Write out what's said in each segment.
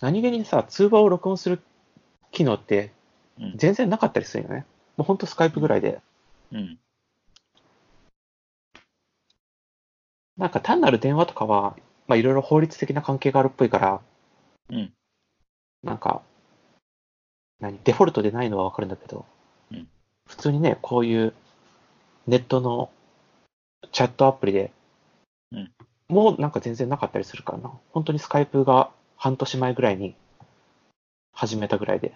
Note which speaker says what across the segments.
Speaker 1: 何気にさ、通話を録音する機能って
Speaker 2: うん
Speaker 1: 全然なかったりするよね。もうほんとスカイプぐらいで。
Speaker 2: うん。
Speaker 1: なんか単なる電話とかは、まあいろいろ法律的な関係があるっぽいから、
Speaker 2: うん。
Speaker 1: なんか、何、デフォルトでないのはわかるんだけど、
Speaker 2: うん
Speaker 1: 普通にね、こういうネットのチャットアプリで、
Speaker 2: うん
Speaker 1: もうなんか全然なかったりするからな。本当にスカイプが半年前ぐらいに始めたぐらいで。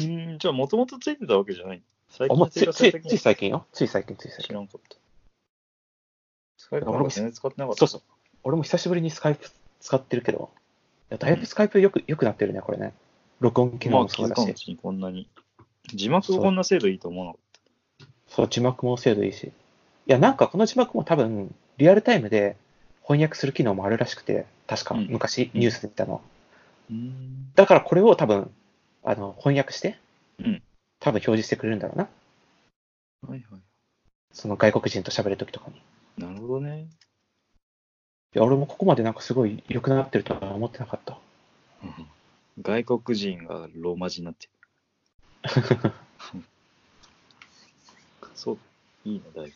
Speaker 2: うん、じゃあ、もともとついてたわけじゃない。最
Speaker 1: あ、もうつい
Speaker 2: 追加
Speaker 1: つ
Speaker 2: された
Speaker 1: い
Speaker 2: 機
Speaker 1: つい
Speaker 2: 能
Speaker 1: 最近よ。つい最近、つい最
Speaker 2: 知
Speaker 1: 近。
Speaker 2: らんかった。スカイプなんか全然使ってなかった。
Speaker 1: そうそう。俺も久しぶりにスカイプ使ってるけど、いやだいぶスカイプよく、よくなってるね、これね。録音機能
Speaker 2: まあ、
Speaker 1: も
Speaker 2: 気
Speaker 1: そう
Speaker 2: づ
Speaker 1: だ
Speaker 2: か
Speaker 1: し
Speaker 2: んう。ちにこんなに。字幕こんな精度いいと思うの。
Speaker 1: そう、字幕も精度いいし。いや、なんかこの字幕も多分、リアルタイムで翻訳する機能もあるらしくて、確か
Speaker 2: うん
Speaker 1: 昔
Speaker 2: うん
Speaker 1: ニュースで見たの。
Speaker 2: うん。
Speaker 1: だからこれを多分、あの、翻訳して、
Speaker 2: うん
Speaker 1: 多分表示してくれるんだろうな。
Speaker 2: はいはい。
Speaker 1: その外国人と喋るときとかに。い
Speaker 2: なるほどね。
Speaker 1: や、俺もここまでなんかすごい良くなってるとは思ってなかった。
Speaker 2: 外国人がローマ字になって る。そう、いいね、だい
Speaker 1: い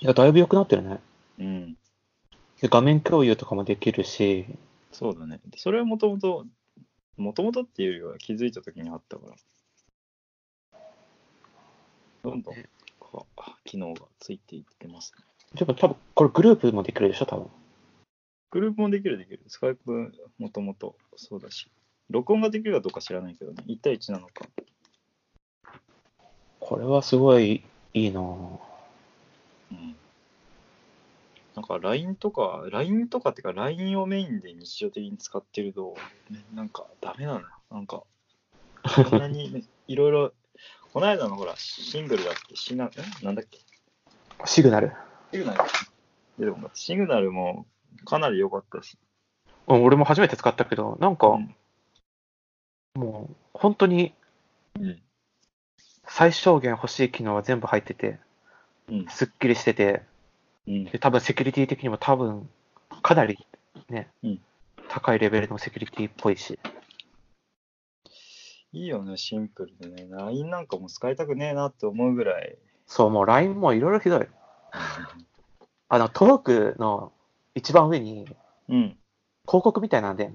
Speaker 1: や、だいぶ良くなってるね。
Speaker 2: ぶ。うん、
Speaker 1: で画面共有とかもできるし、
Speaker 2: そうだね。それはもともと、もともとっていうよりは気づいたときにあったから。どんどん、こう機能がついていってます、ね。
Speaker 1: でも多分、これグループもできるでしょ、多分。
Speaker 2: グループもできるできる。スカイプもともとそうだし。録音ができるかどうか知らないけどね。1対1なのか。
Speaker 1: これはすごいいいなぁ。
Speaker 2: うんなんか LINE とか、LINE とかっていうか、LINE をメインで日常的に使ってると、ねなんかダメなのよ。なんか、こんなにね、 いろいろ、この間のほら、シングルだっけ、シナ、んなんだっけ、
Speaker 1: シグナル。
Speaker 2: シグナル出てこなかったシグナルもかなり良かったし、
Speaker 1: うん、俺も初めて使ったけど、なんか、
Speaker 2: うん
Speaker 1: もう、本当に
Speaker 2: うん、
Speaker 1: 最小限欲しい機能は全部入ってて、
Speaker 2: うん、
Speaker 1: すっきりしてて、
Speaker 2: うん、
Speaker 1: で多分セキュリティ的にも多分、かなりね、
Speaker 2: うん
Speaker 1: 高いレベルのセキュリティっぽいし、
Speaker 2: いいよね、シンプルでね、LINE なんかも使いたくねえなって思うぐらい、
Speaker 1: そう、もう LINE もいろいろひどい。あの、トークの一番上に広
Speaker 2: うん、
Speaker 1: 告みたいなんで、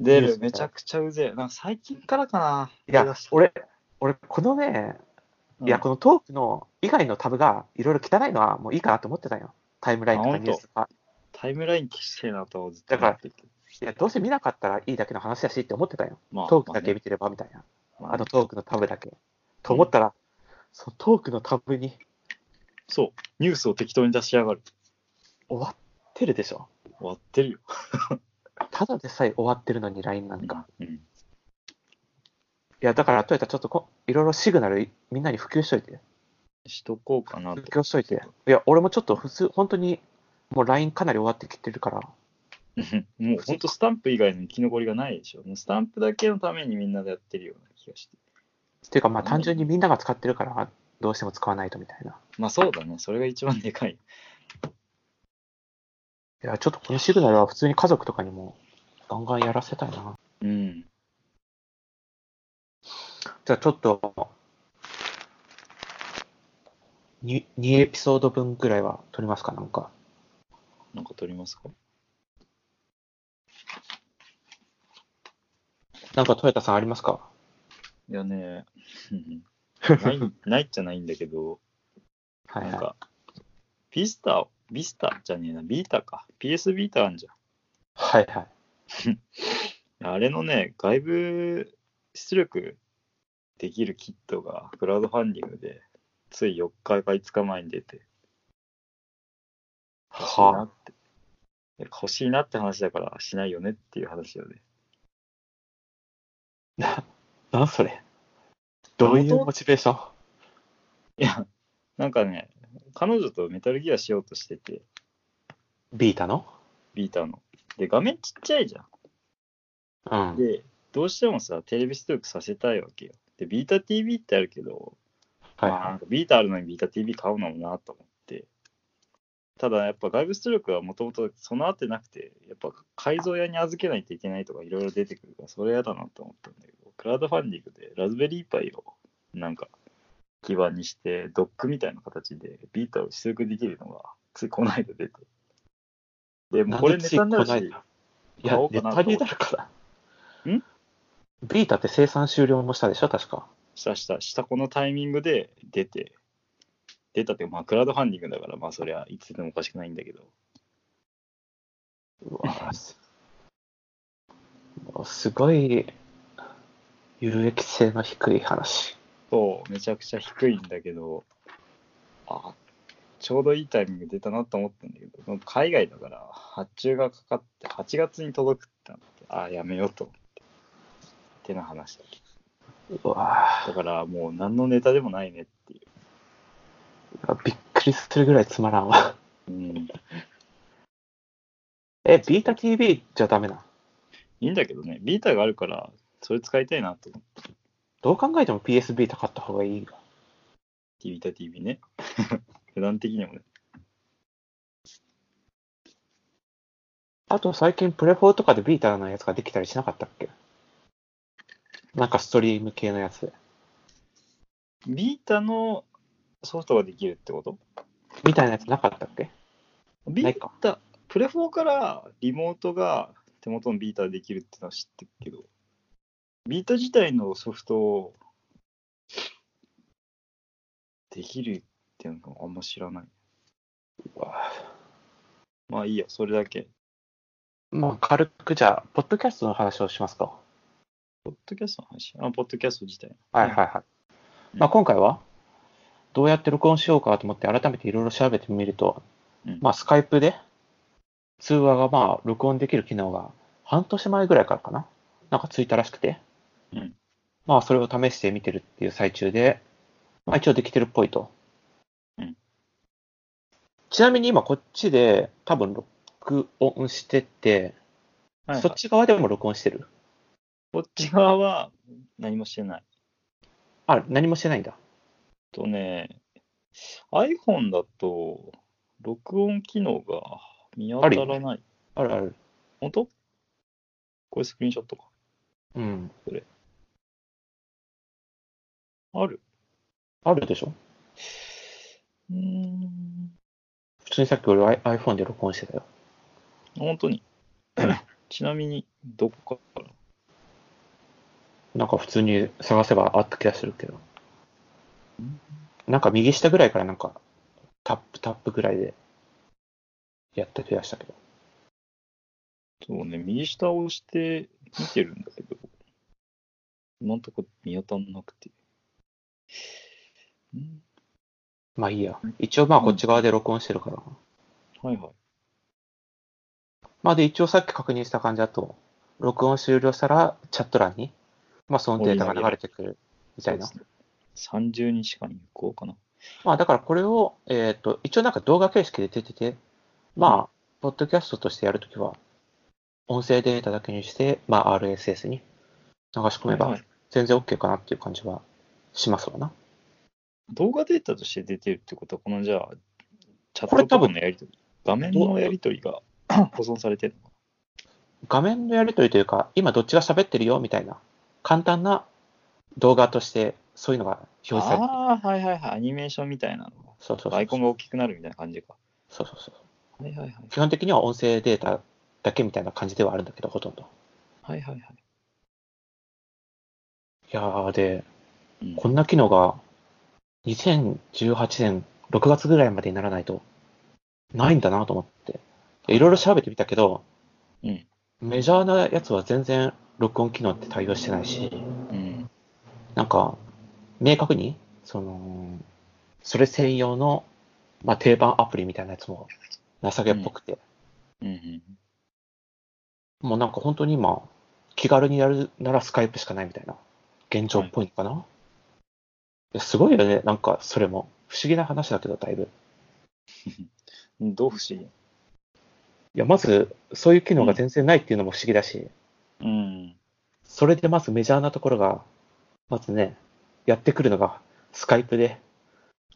Speaker 2: 出
Speaker 1: いいで
Speaker 2: る、
Speaker 1: すね
Speaker 2: めちゃくちゃうぜえ。なんか最近からかな、
Speaker 1: いや、俺、俺、このね、
Speaker 2: うん
Speaker 1: いや、このトークの以外のタブがいろいろ汚いのはもういいかなと思ってたよ。タイムラインとか
Speaker 2: あ
Speaker 1: ニュースとか。
Speaker 2: タイムライン消してえなとはずっと
Speaker 1: だから
Speaker 2: てて。
Speaker 1: いや、どうせ見なかったらいいだけの話だしって思ってたよ。
Speaker 2: まあ
Speaker 1: トークだけ
Speaker 2: ま
Speaker 1: 見てればみたいな。
Speaker 2: あねまあ
Speaker 1: あのトークのタブだけ。と思ったら、そのトークのタブに
Speaker 2: そう、ニュースを適当に出しやがる。
Speaker 1: 終わってるでしょ。
Speaker 2: 終わってるよ。
Speaker 1: ただでさえ終わってるのに LINE なんか。
Speaker 2: うん、
Speaker 1: いや、だから、トヨタちょっとこいろいろシグナルみんなに普及しといて。
Speaker 2: しとこうかな
Speaker 1: 普
Speaker 2: と。
Speaker 1: 及しといて。いや、俺もちょっと普通、本当に、もう LINE かなり終わってきてるから。
Speaker 2: もう本当スタンプ以外の生き残りがないでしょ。もうスタンプだけのためにみんなでやってるような気がして。
Speaker 1: っていうか、まあ単純にみんなが使ってるから、どうしても使わないとみたいな。
Speaker 2: まあそうだね。それが一番でかい。
Speaker 1: いや、ちょっとこのシグナルは普通に家族とかにもガンガンやらせたいな。
Speaker 2: うん。
Speaker 1: じゃあちょっと、に2エピソード分ぐらいは撮りますか、なんか。
Speaker 2: なんか取りますか
Speaker 1: なんか、トヨタさんありますか
Speaker 2: いやね、うん ないないっちゃないんだけど、
Speaker 1: はい
Speaker 2: な
Speaker 1: はい。
Speaker 2: んか、ビスター、ビスタじゃねえな、ビータか。PS ビータあんじゃん
Speaker 1: はいはい。
Speaker 2: あれのね、外部出力できるキットがクラウドファンディングで、つい4日か5日前に出て、欲しいな
Speaker 1: は
Speaker 2: って。で欲しいなって話だからしないよねっていう話よね。
Speaker 1: あ、なんそれ。どういうモチベーション
Speaker 2: いや、なんかね、彼女とメタルギアしようとしてて、
Speaker 1: ビータの
Speaker 2: ビーターの。で、画面ちっちゃいじゃ。
Speaker 1: うんん。
Speaker 2: で、どうしてもさ、テレビ出力させたいわけよ。で、ビータ TV ってあるけど、
Speaker 1: はい
Speaker 2: まあ、な
Speaker 1: は
Speaker 2: んかビータあるのにビータ TV 買うのもなと思って、ただやっぱ外部出力はもともと備わってなくて、やっぱ改造屋に預けないといけないとかいろいろ出てくるから、それ嫌だなと思ったんだけど、クラウドファンディングでラズベリーパイをなんか基盤にして、ドックみたいな形でビータを出力できるのがついこの間出て。で、もうこれネタになる
Speaker 1: なんでついこの
Speaker 2: し
Speaker 1: 間、い
Speaker 2: 買
Speaker 1: や
Speaker 2: おう、か
Speaker 1: ネ
Speaker 2: な
Speaker 1: タ
Speaker 2: と思
Speaker 1: に
Speaker 2: って
Speaker 1: なるから。
Speaker 2: ん
Speaker 1: ビータって生産終了もしたでしょ、確か。
Speaker 2: したしたしたこのタイミングで出て出たってまあクラウドファンディングだからまあそりゃいつでもおかしくないんだけど
Speaker 1: うわすすごい、有益性の低い話。
Speaker 2: そうめちゃくちゃ低いんだけどあちょうどいいタイミング出たなと思ったんだけどもう海外だから発注がかかって8月に届くってなってあやめようと思っててな話だけ
Speaker 1: うわ
Speaker 2: だからもう何のネタでもないねっていう
Speaker 1: びっくりするぐらいつまらんわ。
Speaker 2: うん
Speaker 1: え、ビータ TV じゃダメなの
Speaker 2: いいんだけどねビータがあるからそれ使いたいなと思って
Speaker 1: どう考えても PS ビータ買った方がいいよ。
Speaker 2: ビータ TV ね 値段的にもね
Speaker 1: あと最近プレフォーとかでビータのやつができたりしなかったっけなんかストリーム系のやつで。
Speaker 2: ビータのソフトができるってこと
Speaker 1: みたいなやつなかったっけ
Speaker 2: ビ
Speaker 1: ない
Speaker 2: ー
Speaker 1: か
Speaker 2: タ、プレ4からリモートが手元のビータでできるってのは知ってるけど、ビータ自体のソフトをできるっていうのはあんま知らない。
Speaker 1: うわ
Speaker 2: まあいいや、それだけ。
Speaker 1: まあ軽くじゃあ、ポッドキャストの話をしますか。
Speaker 2: ポッドキャストの話あ、ポッドキャスト自体。
Speaker 1: はいはいはい。まあ今回は、どうやって録音しようかと思って改めていろいろ調べてみると、
Speaker 2: うん
Speaker 1: まあスカイプで通話がまあ録音できる機能が半年前ぐらいからかな。なんかついたらしくて。
Speaker 2: うん
Speaker 1: まあそれを試してみてるっていう最中で、まあ一応できてるっぽいと。
Speaker 2: うん
Speaker 1: ちなみに今こっちで多分録音してて、
Speaker 2: はいはい
Speaker 1: そっち側でも録音してる。
Speaker 2: こっち側は何もしてない。
Speaker 1: あ、何もしてないんだ。
Speaker 2: えっとね、iPhone だと、録音機能が見当たらない。
Speaker 1: あるある。
Speaker 2: 本当これスクリーンショットか。
Speaker 1: うん。
Speaker 2: ある
Speaker 1: あるでしょ
Speaker 2: うーん。
Speaker 1: 普通にさっき俺 i- iPhone で録音してたよ。
Speaker 2: 本当に。ちなみに、どこかか
Speaker 1: なんか普通に探せばあった気がするけど
Speaker 2: うん。
Speaker 1: なんか右下ぐらいからなんかタップタップぐらいでやった気がしたけど。
Speaker 2: そうね、右下を押して見てるんだけど、今んとこ見当たんなくて。うん
Speaker 1: まあいいや。一応まあこっち側で録音してるから。
Speaker 2: はいはい。
Speaker 1: まあで一応さっき確認した感じだと、録音終了したらチャット欄に、まあそのデータが流れてくるみたいな
Speaker 2: そ。うですね30日間に行こうかな。
Speaker 1: まあだからこれを、えっ、と、一応なんか動画形式で出てて、まあ、ポッドキャストとしてやるときは、音声データだけにして、まあ RSS に流し込め
Speaker 2: は
Speaker 1: ば
Speaker 2: い
Speaker 1: 全然 OK かなっていう感じはしますわな。
Speaker 2: 動画データとして出てるってことは、このじゃあ、チャッ
Speaker 1: こ
Speaker 2: ト
Speaker 1: れ多
Speaker 2: と
Speaker 1: 分
Speaker 2: かのやりとり、画面のやりとりが保存されてるのか
Speaker 1: 画面のやりとりというか、今どっちが喋ってるよみたいな、簡単な動画として、そういうのが表示されてる。
Speaker 2: ああ、はいはいはい、アニメーションみたいなのが
Speaker 1: そうそうそう
Speaker 2: アイコンが大きくなるみたいな感じか。
Speaker 1: そうそうそう。
Speaker 2: はいはいはい。
Speaker 1: 基本的には音声データだけみたいな感じではあるんだけど、ほとんど。
Speaker 2: はいはいは
Speaker 1: い
Speaker 2: い。
Speaker 1: やー、で、
Speaker 2: うん
Speaker 1: こんな機能が2018年6月ぐらいまでにならないとないんだなと思って、いろいろ調べてみたけど、
Speaker 2: うん
Speaker 1: メジャーなやつは全然録音機能って対応してないし、
Speaker 2: うん
Speaker 1: なんか明確に、その、それ専用の、まあ、定番アプリみたいなやつも情けっぽくて、
Speaker 2: うんうん
Speaker 1: もうなんか本当に今、気軽にやるならスカイプしかないみたいな、現状っぽいのかな、いやすごいよね、なんかそれも。不思議な話だけど、だいぶ。
Speaker 2: うんどう不思議
Speaker 1: いや、まず、そういう機能が全然ないっていうのも不思議だし、
Speaker 2: うん。
Speaker 1: それでまずメジャーなところが、まずね、やってくるのが、スカイプで、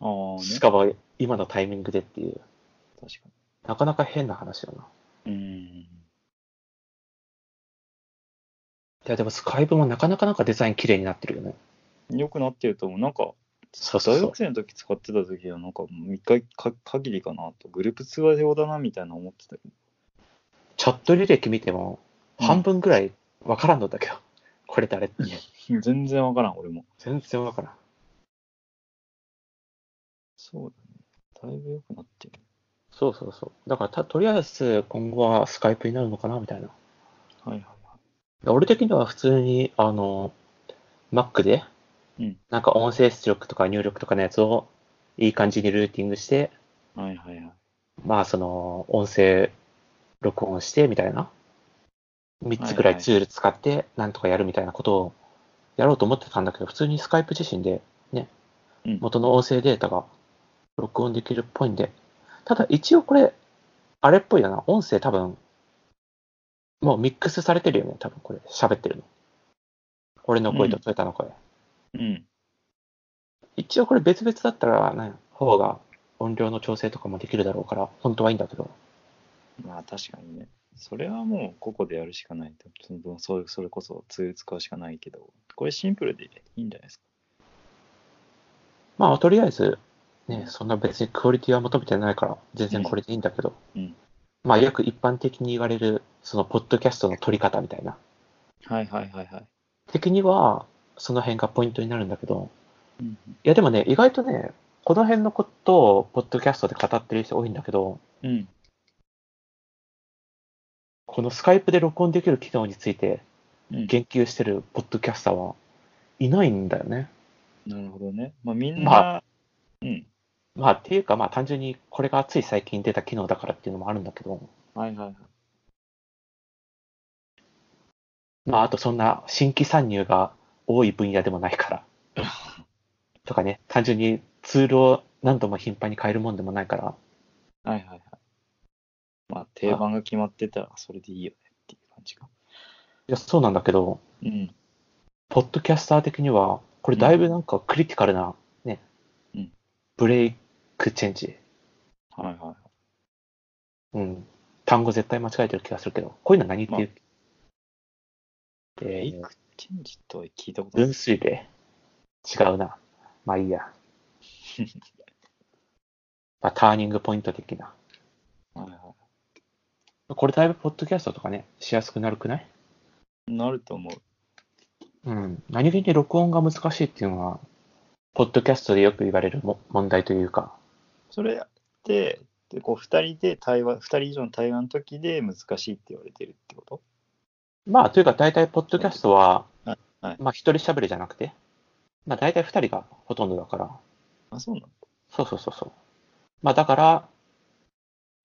Speaker 2: ああ、ね、
Speaker 1: しかも今のタイミングでっていう。
Speaker 2: 確か
Speaker 1: なかなか変な話だな。
Speaker 2: に。うん。
Speaker 1: いや、でもスカイプもなかなかなんかデザイン綺麗になってるよね。
Speaker 2: 良くなってると思う。なんか、
Speaker 1: そうそう
Speaker 2: 大
Speaker 1: そう
Speaker 2: 学。生の時使ってた時は、なんか、一回か限りかなと、グループ通話用だなみたいな思ってたけど。
Speaker 1: チャット履歴見ても、半分ぐらいわからんのだけど、これ誰って。
Speaker 2: 全然わからん、俺も。
Speaker 1: 全然わからん。
Speaker 2: そうだね。だいぶ良くなってる。
Speaker 1: そうそうそう。だからた、とりあえず今後はスカイプになるのかな、みたいな。
Speaker 2: はいはいは
Speaker 1: 俺的には普通に、あの、Mac で
Speaker 2: うん、
Speaker 1: なんか音声出力とか入力とかのやつをいい感じにルーティングして、
Speaker 2: い。はいはいはい。
Speaker 1: まあその、音声録音してみたいな、3つぐらいツール使ってなんとかやるみたいなことをやろうと思ってたんだけど、普通にスカイプ自身でね
Speaker 2: うん、
Speaker 1: 元の音声データが録音できるっぽいんで、ただ一応これ、あれっぽいだな、音声多分、もうミックスされてるよね、多分これ、喋ってるの。俺の声とトヨタの声。
Speaker 2: うん。
Speaker 1: 一応これ別々だったら、ね、方が音量の調整とかもできるだろうから、本当はいいんだけど。
Speaker 2: まあ確かにね。それはもう個々でやるしかないと。そのそうそれこそツール使うしかないけど、これシンプルでいいんじゃないですか。
Speaker 1: まあ、とりあえず、ね、そんな別にクオリティは求めてないから、全然これでいいんだけど、
Speaker 2: うん
Speaker 1: まあ、よく一般的に言われる、その、ポッドキャストの撮り方みたいな、
Speaker 2: はいはいはいはい。
Speaker 1: 的には、その辺がポイントになるんだけど、
Speaker 2: うん
Speaker 1: いや、でもね、意外とね、この辺のことを、ポッドキャストで語ってる人多いんだけど、
Speaker 2: うん。
Speaker 1: このスカイプで録音できる機能について
Speaker 2: うん、
Speaker 1: 言及してるポッドキャスターはいないんだよね。
Speaker 2: なるほどね。まあみんな、
Speaker 1: ま
Speaker 2: うん。
Speaker 1: まあ、っていうか、まあ、単純にこれがつい最近出た機能だからっていうのもあるんだけど、
Speaker 2: はいはいはい。
Speaker 1: まあ、あとそんな新規参入が多い分野でもないから。とかね、単純にツールを何度も頻繁に変えるもんでもないから、
Speaker 2: はいはいはい。まあ定番が決まってたらそれでいいよねっていう感じか。
Speaker 1: いや、そうなんだけど、
Speaker 2: うん。
Speaker 1: ポッドキャスター的には、これだいぶなんかクリティカルな、ね、
Speaker 2: うん
Speaker 1: ブレイクチェンジ。
Speaker 2: はいはいはい。
Speaker 1: うん。単語絶対間違えてる気がするけど、こういうの何っていう。
Speaker 2: ブレ
Speaker 1: え
Speaker 2: イ
Speaker 1: ー
Speaker 2: クチェンジとは聞いたことない。
Speaker 1: 分水嶺違うな。まあいい や。まあ、ターニングポイント的な。
Speaker 2: はいは
Speaker 1: これだいぶポッドキャストとかね、しやすくなるくない
Speaker 2: い。なると思う。
Speaker 1: うん、何気に録音が難しいっていうのは、ポッドキャストでよく言われるも問題というか、
Speaker 2: それって、でこう2人で対話、2人以上の対話の時で難しいって言われてるってこと
Speaker 1: まあ、というか大体、ポッドキャストは、
Speaker 2: はいはい
Speaker 1: まあ、一人喋るじゃなくて、まあ、大体二人がほとんどだから、
Speaker 2: あ、そうなの
Speaker 1: そうそうそうそう。まあ、だから、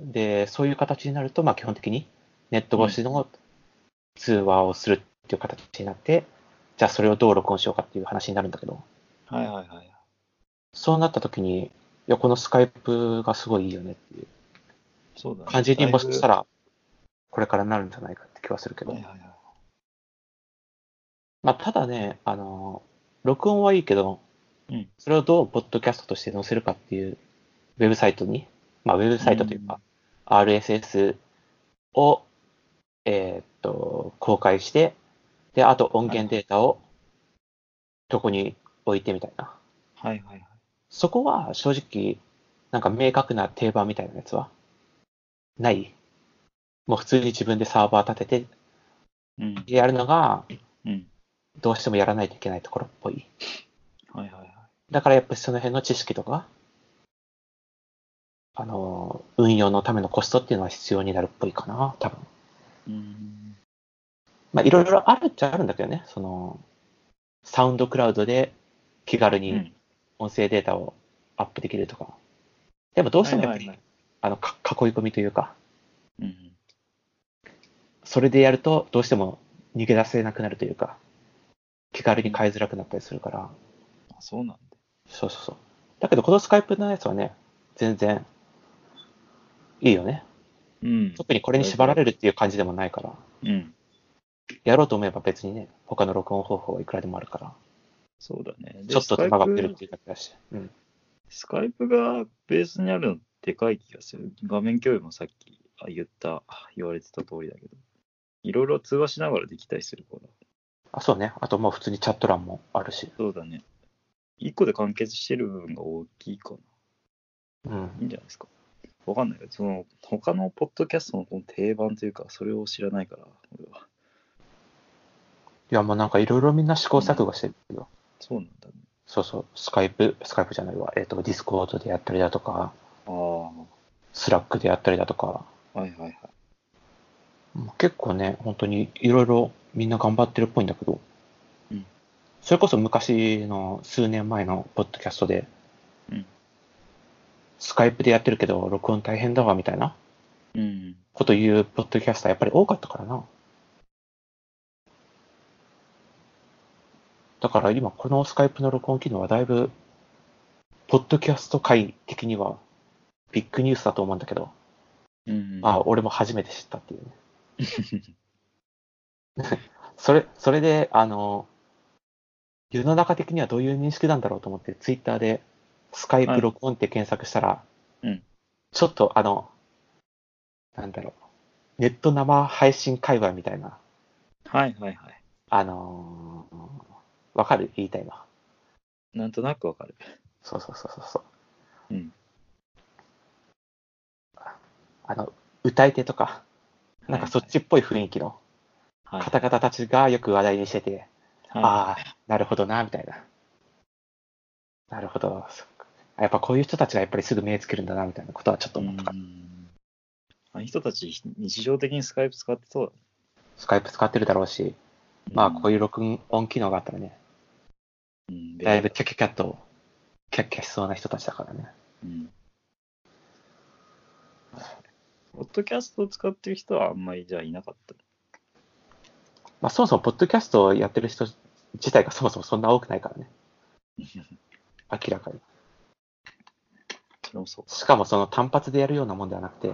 Speaker 1: で、そういう形になると、まあ、基本的にネット越しの通話をするっていう形になって、じゃあ、それをどう録音しようかっていう話になるんだけど、
Speaker 2: はいはいはい。
Speaker 1: そうなった時に、いや、このスカイプがすごいいいよねっていう。
Speaker 2: そうだね。
Speaker 1: 感じにもしかした
Speaker 2: ら。
Speaker 1: ら、これからなるんじゃないかって気はするけど
Speaker 2: はい、はいはい。
Speaker 1: まあ、ただね、あの、録音はいいけど
Speaker 2: うん、
Speaker 1: それをどうポッドキャストとして載せるかっていう、ウェブサイトに、まあ、ウェブサイトというか、RSS を、えーっと、公開して、で、あと音源データを、どこに置いてみたいな。
Speaker 2: はいはいはい。
Speaker 1: そこは正直、なんか明確な定番みたいなやつはない。もう普通に自分でサーバー立てて
Speaker 2: うん。
Speaker 1: やるのが、
Speaker 2: うん。
Speaker 1: どうしてもやらないといけないところっぽい。
Speaker 2: はいはいはい。
Speaker 1: だからやっぱりその辺の知識とか、あの、運用のためのコストっていうのは必要になるっぽいかな、多分。
Speaker 2: うん。
Speaker 1: まあいろいろあるっちゃあるんだけどね、その、サウンドクラウドで気軽
Speaker 2: う
Speaker 1: に
Speaker 2: ん。
Speaker 1: 音声データをアップできるとか。でもどうしてもやっぱり、
Speaker 2: はいはい
Speaker 1: あの、か囲い込みというか、
Speaker 2: うん。
Speaker 1: それでやると、どうしても逃げ出せなくなるというか、気軽に変えづらくなったりするから、
Speaker 2: あ、そうなんだ。
Speaker 1: そうそうそう。だけど、このスカイプのやつはね、全然、いいよね。
Speaker 2: うん。
Speaker 1: 特にこれに縛られるっていう感じでもないから、
Speaker 2: うん。
Speaker 1: やろうと思えば別にね、他の録音方法はいくらでもあるから、
Speaker 2: そうだね。で
Speaker 1: ちょっと手間が増えるっ
Speaker 2: スカイプ
Speaker 1: ていうだけだし。うん。
Speaker 2: スカイプがベースにあるのっでかい気がする。画面共有もさっきあ言った、言われてた通りだけど、いろいろ通話しながらできたりするから、
Speaker 1: あ、そうね。あと、まあ、普通にチャット欄もあるし。
Speaker 2: そうだね。一個で完結してる部分が大きいかな。
Speaker 1: うん。
Speaker 2: いいんじゃないですか。わかんないよ。その、他のポッドキャストのこの定番というか、それを知らないから、俺は。
Speaker 1: いや、もうなんかいろいろみんな試行錯誤してるよ。
Speaker 2: そうなんだね。
Speaker 1: そうそう。スカイプ、スカイプじゃないわ。えっ、と、ディスコードでやったりだとか、
Speaker 2: ああ、
Speaker 1: スラックでやったりだとか、
Speaker 2: はいはいはい。
Speaker 1: もう結構ね、本当にいろいろみんな頑張ってるっぽいんだけど、
Speaker 2: うん
Speaker 1: それこそ昔の数年前のポッドキャストで、
Speaker 2: うん
Speaker 1: スカイプでやってるけど、録音大変だわみたいな
Speaker 2: うん。
Speaker 1: こと言うポッドキャスターやっぱり多かったからな。だから今このスカイプの録音機能はだいぶ、ポッドキャスト界的にはビッグニュースだと思うんだけど、
Speaker 2: うん、
Speaker 1: あ、俺も初めて知ったっていうね。 それ、それで、あの、世の中的にはどういう認識なんだろうと思って、ツイッターで、スカイ
Speaker 2: は
Speaker 1: プ
Speaker 2: い
Speaker 1: 録音って検索したら、
Speaker 2: うん
Speaker 1: ちょっと、あの、なんだろう、ネット生配信会話みたいな、
Speaker 2: はいはいはい。
Speaker 1: あのーわかる言いたいの。
Speaker 2: なんとなくわかる。
Speaker 1: そうそうそうそうそう。
Speaker 2: うん
Speaker 1: あの、歌い手とか、なんかそっちっぽい雰囲気の
Speaker 2: はいはい、
Speaker 1: 方々たちがよく話題にしてて、
Speaker 2: はい
Speaker 1: ああ、なるほどな、みたいな。なるほど。そっかあやっぱこういう人たちがやっぱりすぐ目つけるんだな、みたいなことはちょっと思ったか
Speaker 2: う
Speaker 1: ら。
Speaker 2: んあの人たち日常的にスカイプ使ってそう
Speaker 1: スカイプ使ってるだろうし、
Speaker 2: だ、
Speaker 1: まあこう
Speaker 2: い
Speaker 1: いう録音機能があったらね、
Speaker 2: う、ん、
Speaker 1: だいぶキャキャキャッと、キャッキャしそうな人たちだからね。
Speaker 2: うんポッドキャストを使ってる人はあんまりじゃあいなかった。
Speaker 1: まあそもそも、ポッドキャストをやってる人自体がそもそもそんな多くない からね。明らかに。
Speaker 2: それもそう。
Speaker 1: しかもその単発でやるようなもんではなくて、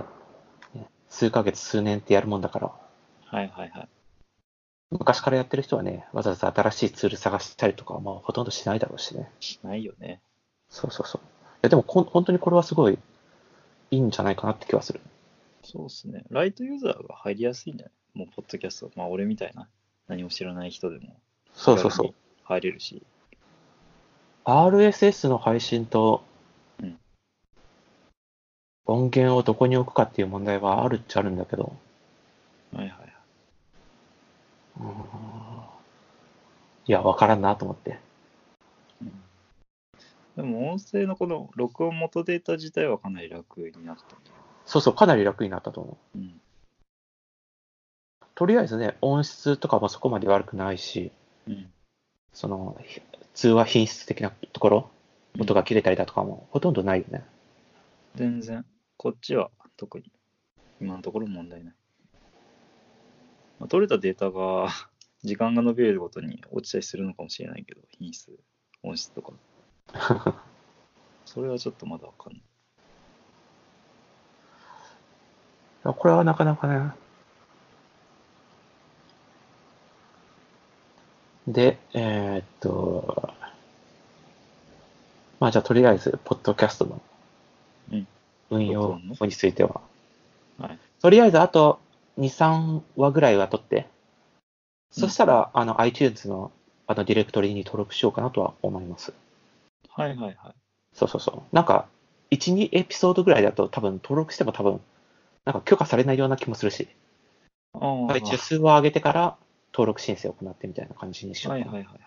Speaker 1: ね数ヶ月、数年ってやるもんだから、
Speaker 2: はいはいはい。
Speaker 1: 昔からやってる人はね、わざわざ新しいツール探したりとかはまあほとんどしないだろうしね。
Speaker 2: しないよね。
Speaker 1: そうそうそう。いやでもこん、本当にこれはすごいいいんじゃないかなって気はする。
Speaker 2: そうですね。ライトユーザーが入りやすいんじゃないもう、ポッドキャスト、まあ、俺みたいな、何も知らない人でも、
Speaker 1: そうそうそう。。
Speaker 2: 入れるし。
Speaker 1: RSS の配信と
Speaker 2: うん
Speaker 1: 音源をどこに置くかっていう問題はあるっちゃあるんだけど、
Speaker 2: はいはいはい。
Speaker 1: うーんいや、わからんなと思って。
Speaker 2: うんでも、音声のこの録音元データ自体はかなり楽になったんだよ。
Speaker 1: そうそう、かなり楽になったと思う。
Speaker 2: うん。
Speaker 1: とりあえずね、音質とかもそこまで悪くないし、
Speaker 2: うん。
Speaker 1: その、ひ通話品質的なところ、音が切れたりだとかもほとんどないよね。
Speaker 2: 全然、こっちは特に今のところ問題ない。まあ、取れたデータが 時間が延びるごとに落ちたりするのかもしれないけど、品質、音質 とか。それはちょっとまだわかんない。
Speaker 1: いやこれはなかなかね。で、えーっと、まあじゃあとりあえず、ポッドキャストの
Speaker 2: うん
Speaker 1: 運用法については。
Speaker 2: はい。
Speaker 1: とりあえずあと2、3話ぐらいは取って、そしたら、あの iTunes のあのディレクトリに登録しようかなとは思います。
Speaker 2: はいはいはい。
Speaker 1: そうそうそう。なんか、1、2エピソードぐらいだと多分登録しても多分、なんか許可されないような気もするし。
Speaker 2: ああ、
Speaker 1: はい、
Speaker 2: はい
Speaker 1: 手数を上げてから登録申請を行ってみたいな感じにしよ
Speaker 2: は
Speaker 1: う
Speaker 2: い
Speaker 1: かな。
Speaker 2: はいはい。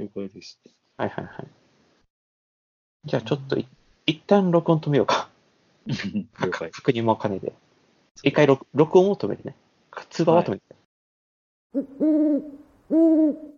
Speaker 2: 了解 です。
Speaker 1: はいはいはい。じゃあちょっとい、一旦録音止めようか。
Speaker 2: 了解。
Speaker 1: 確認も兼ねて。一回録録音を止めてね。通話は止めて。
Speaker 3: Mm-hmm.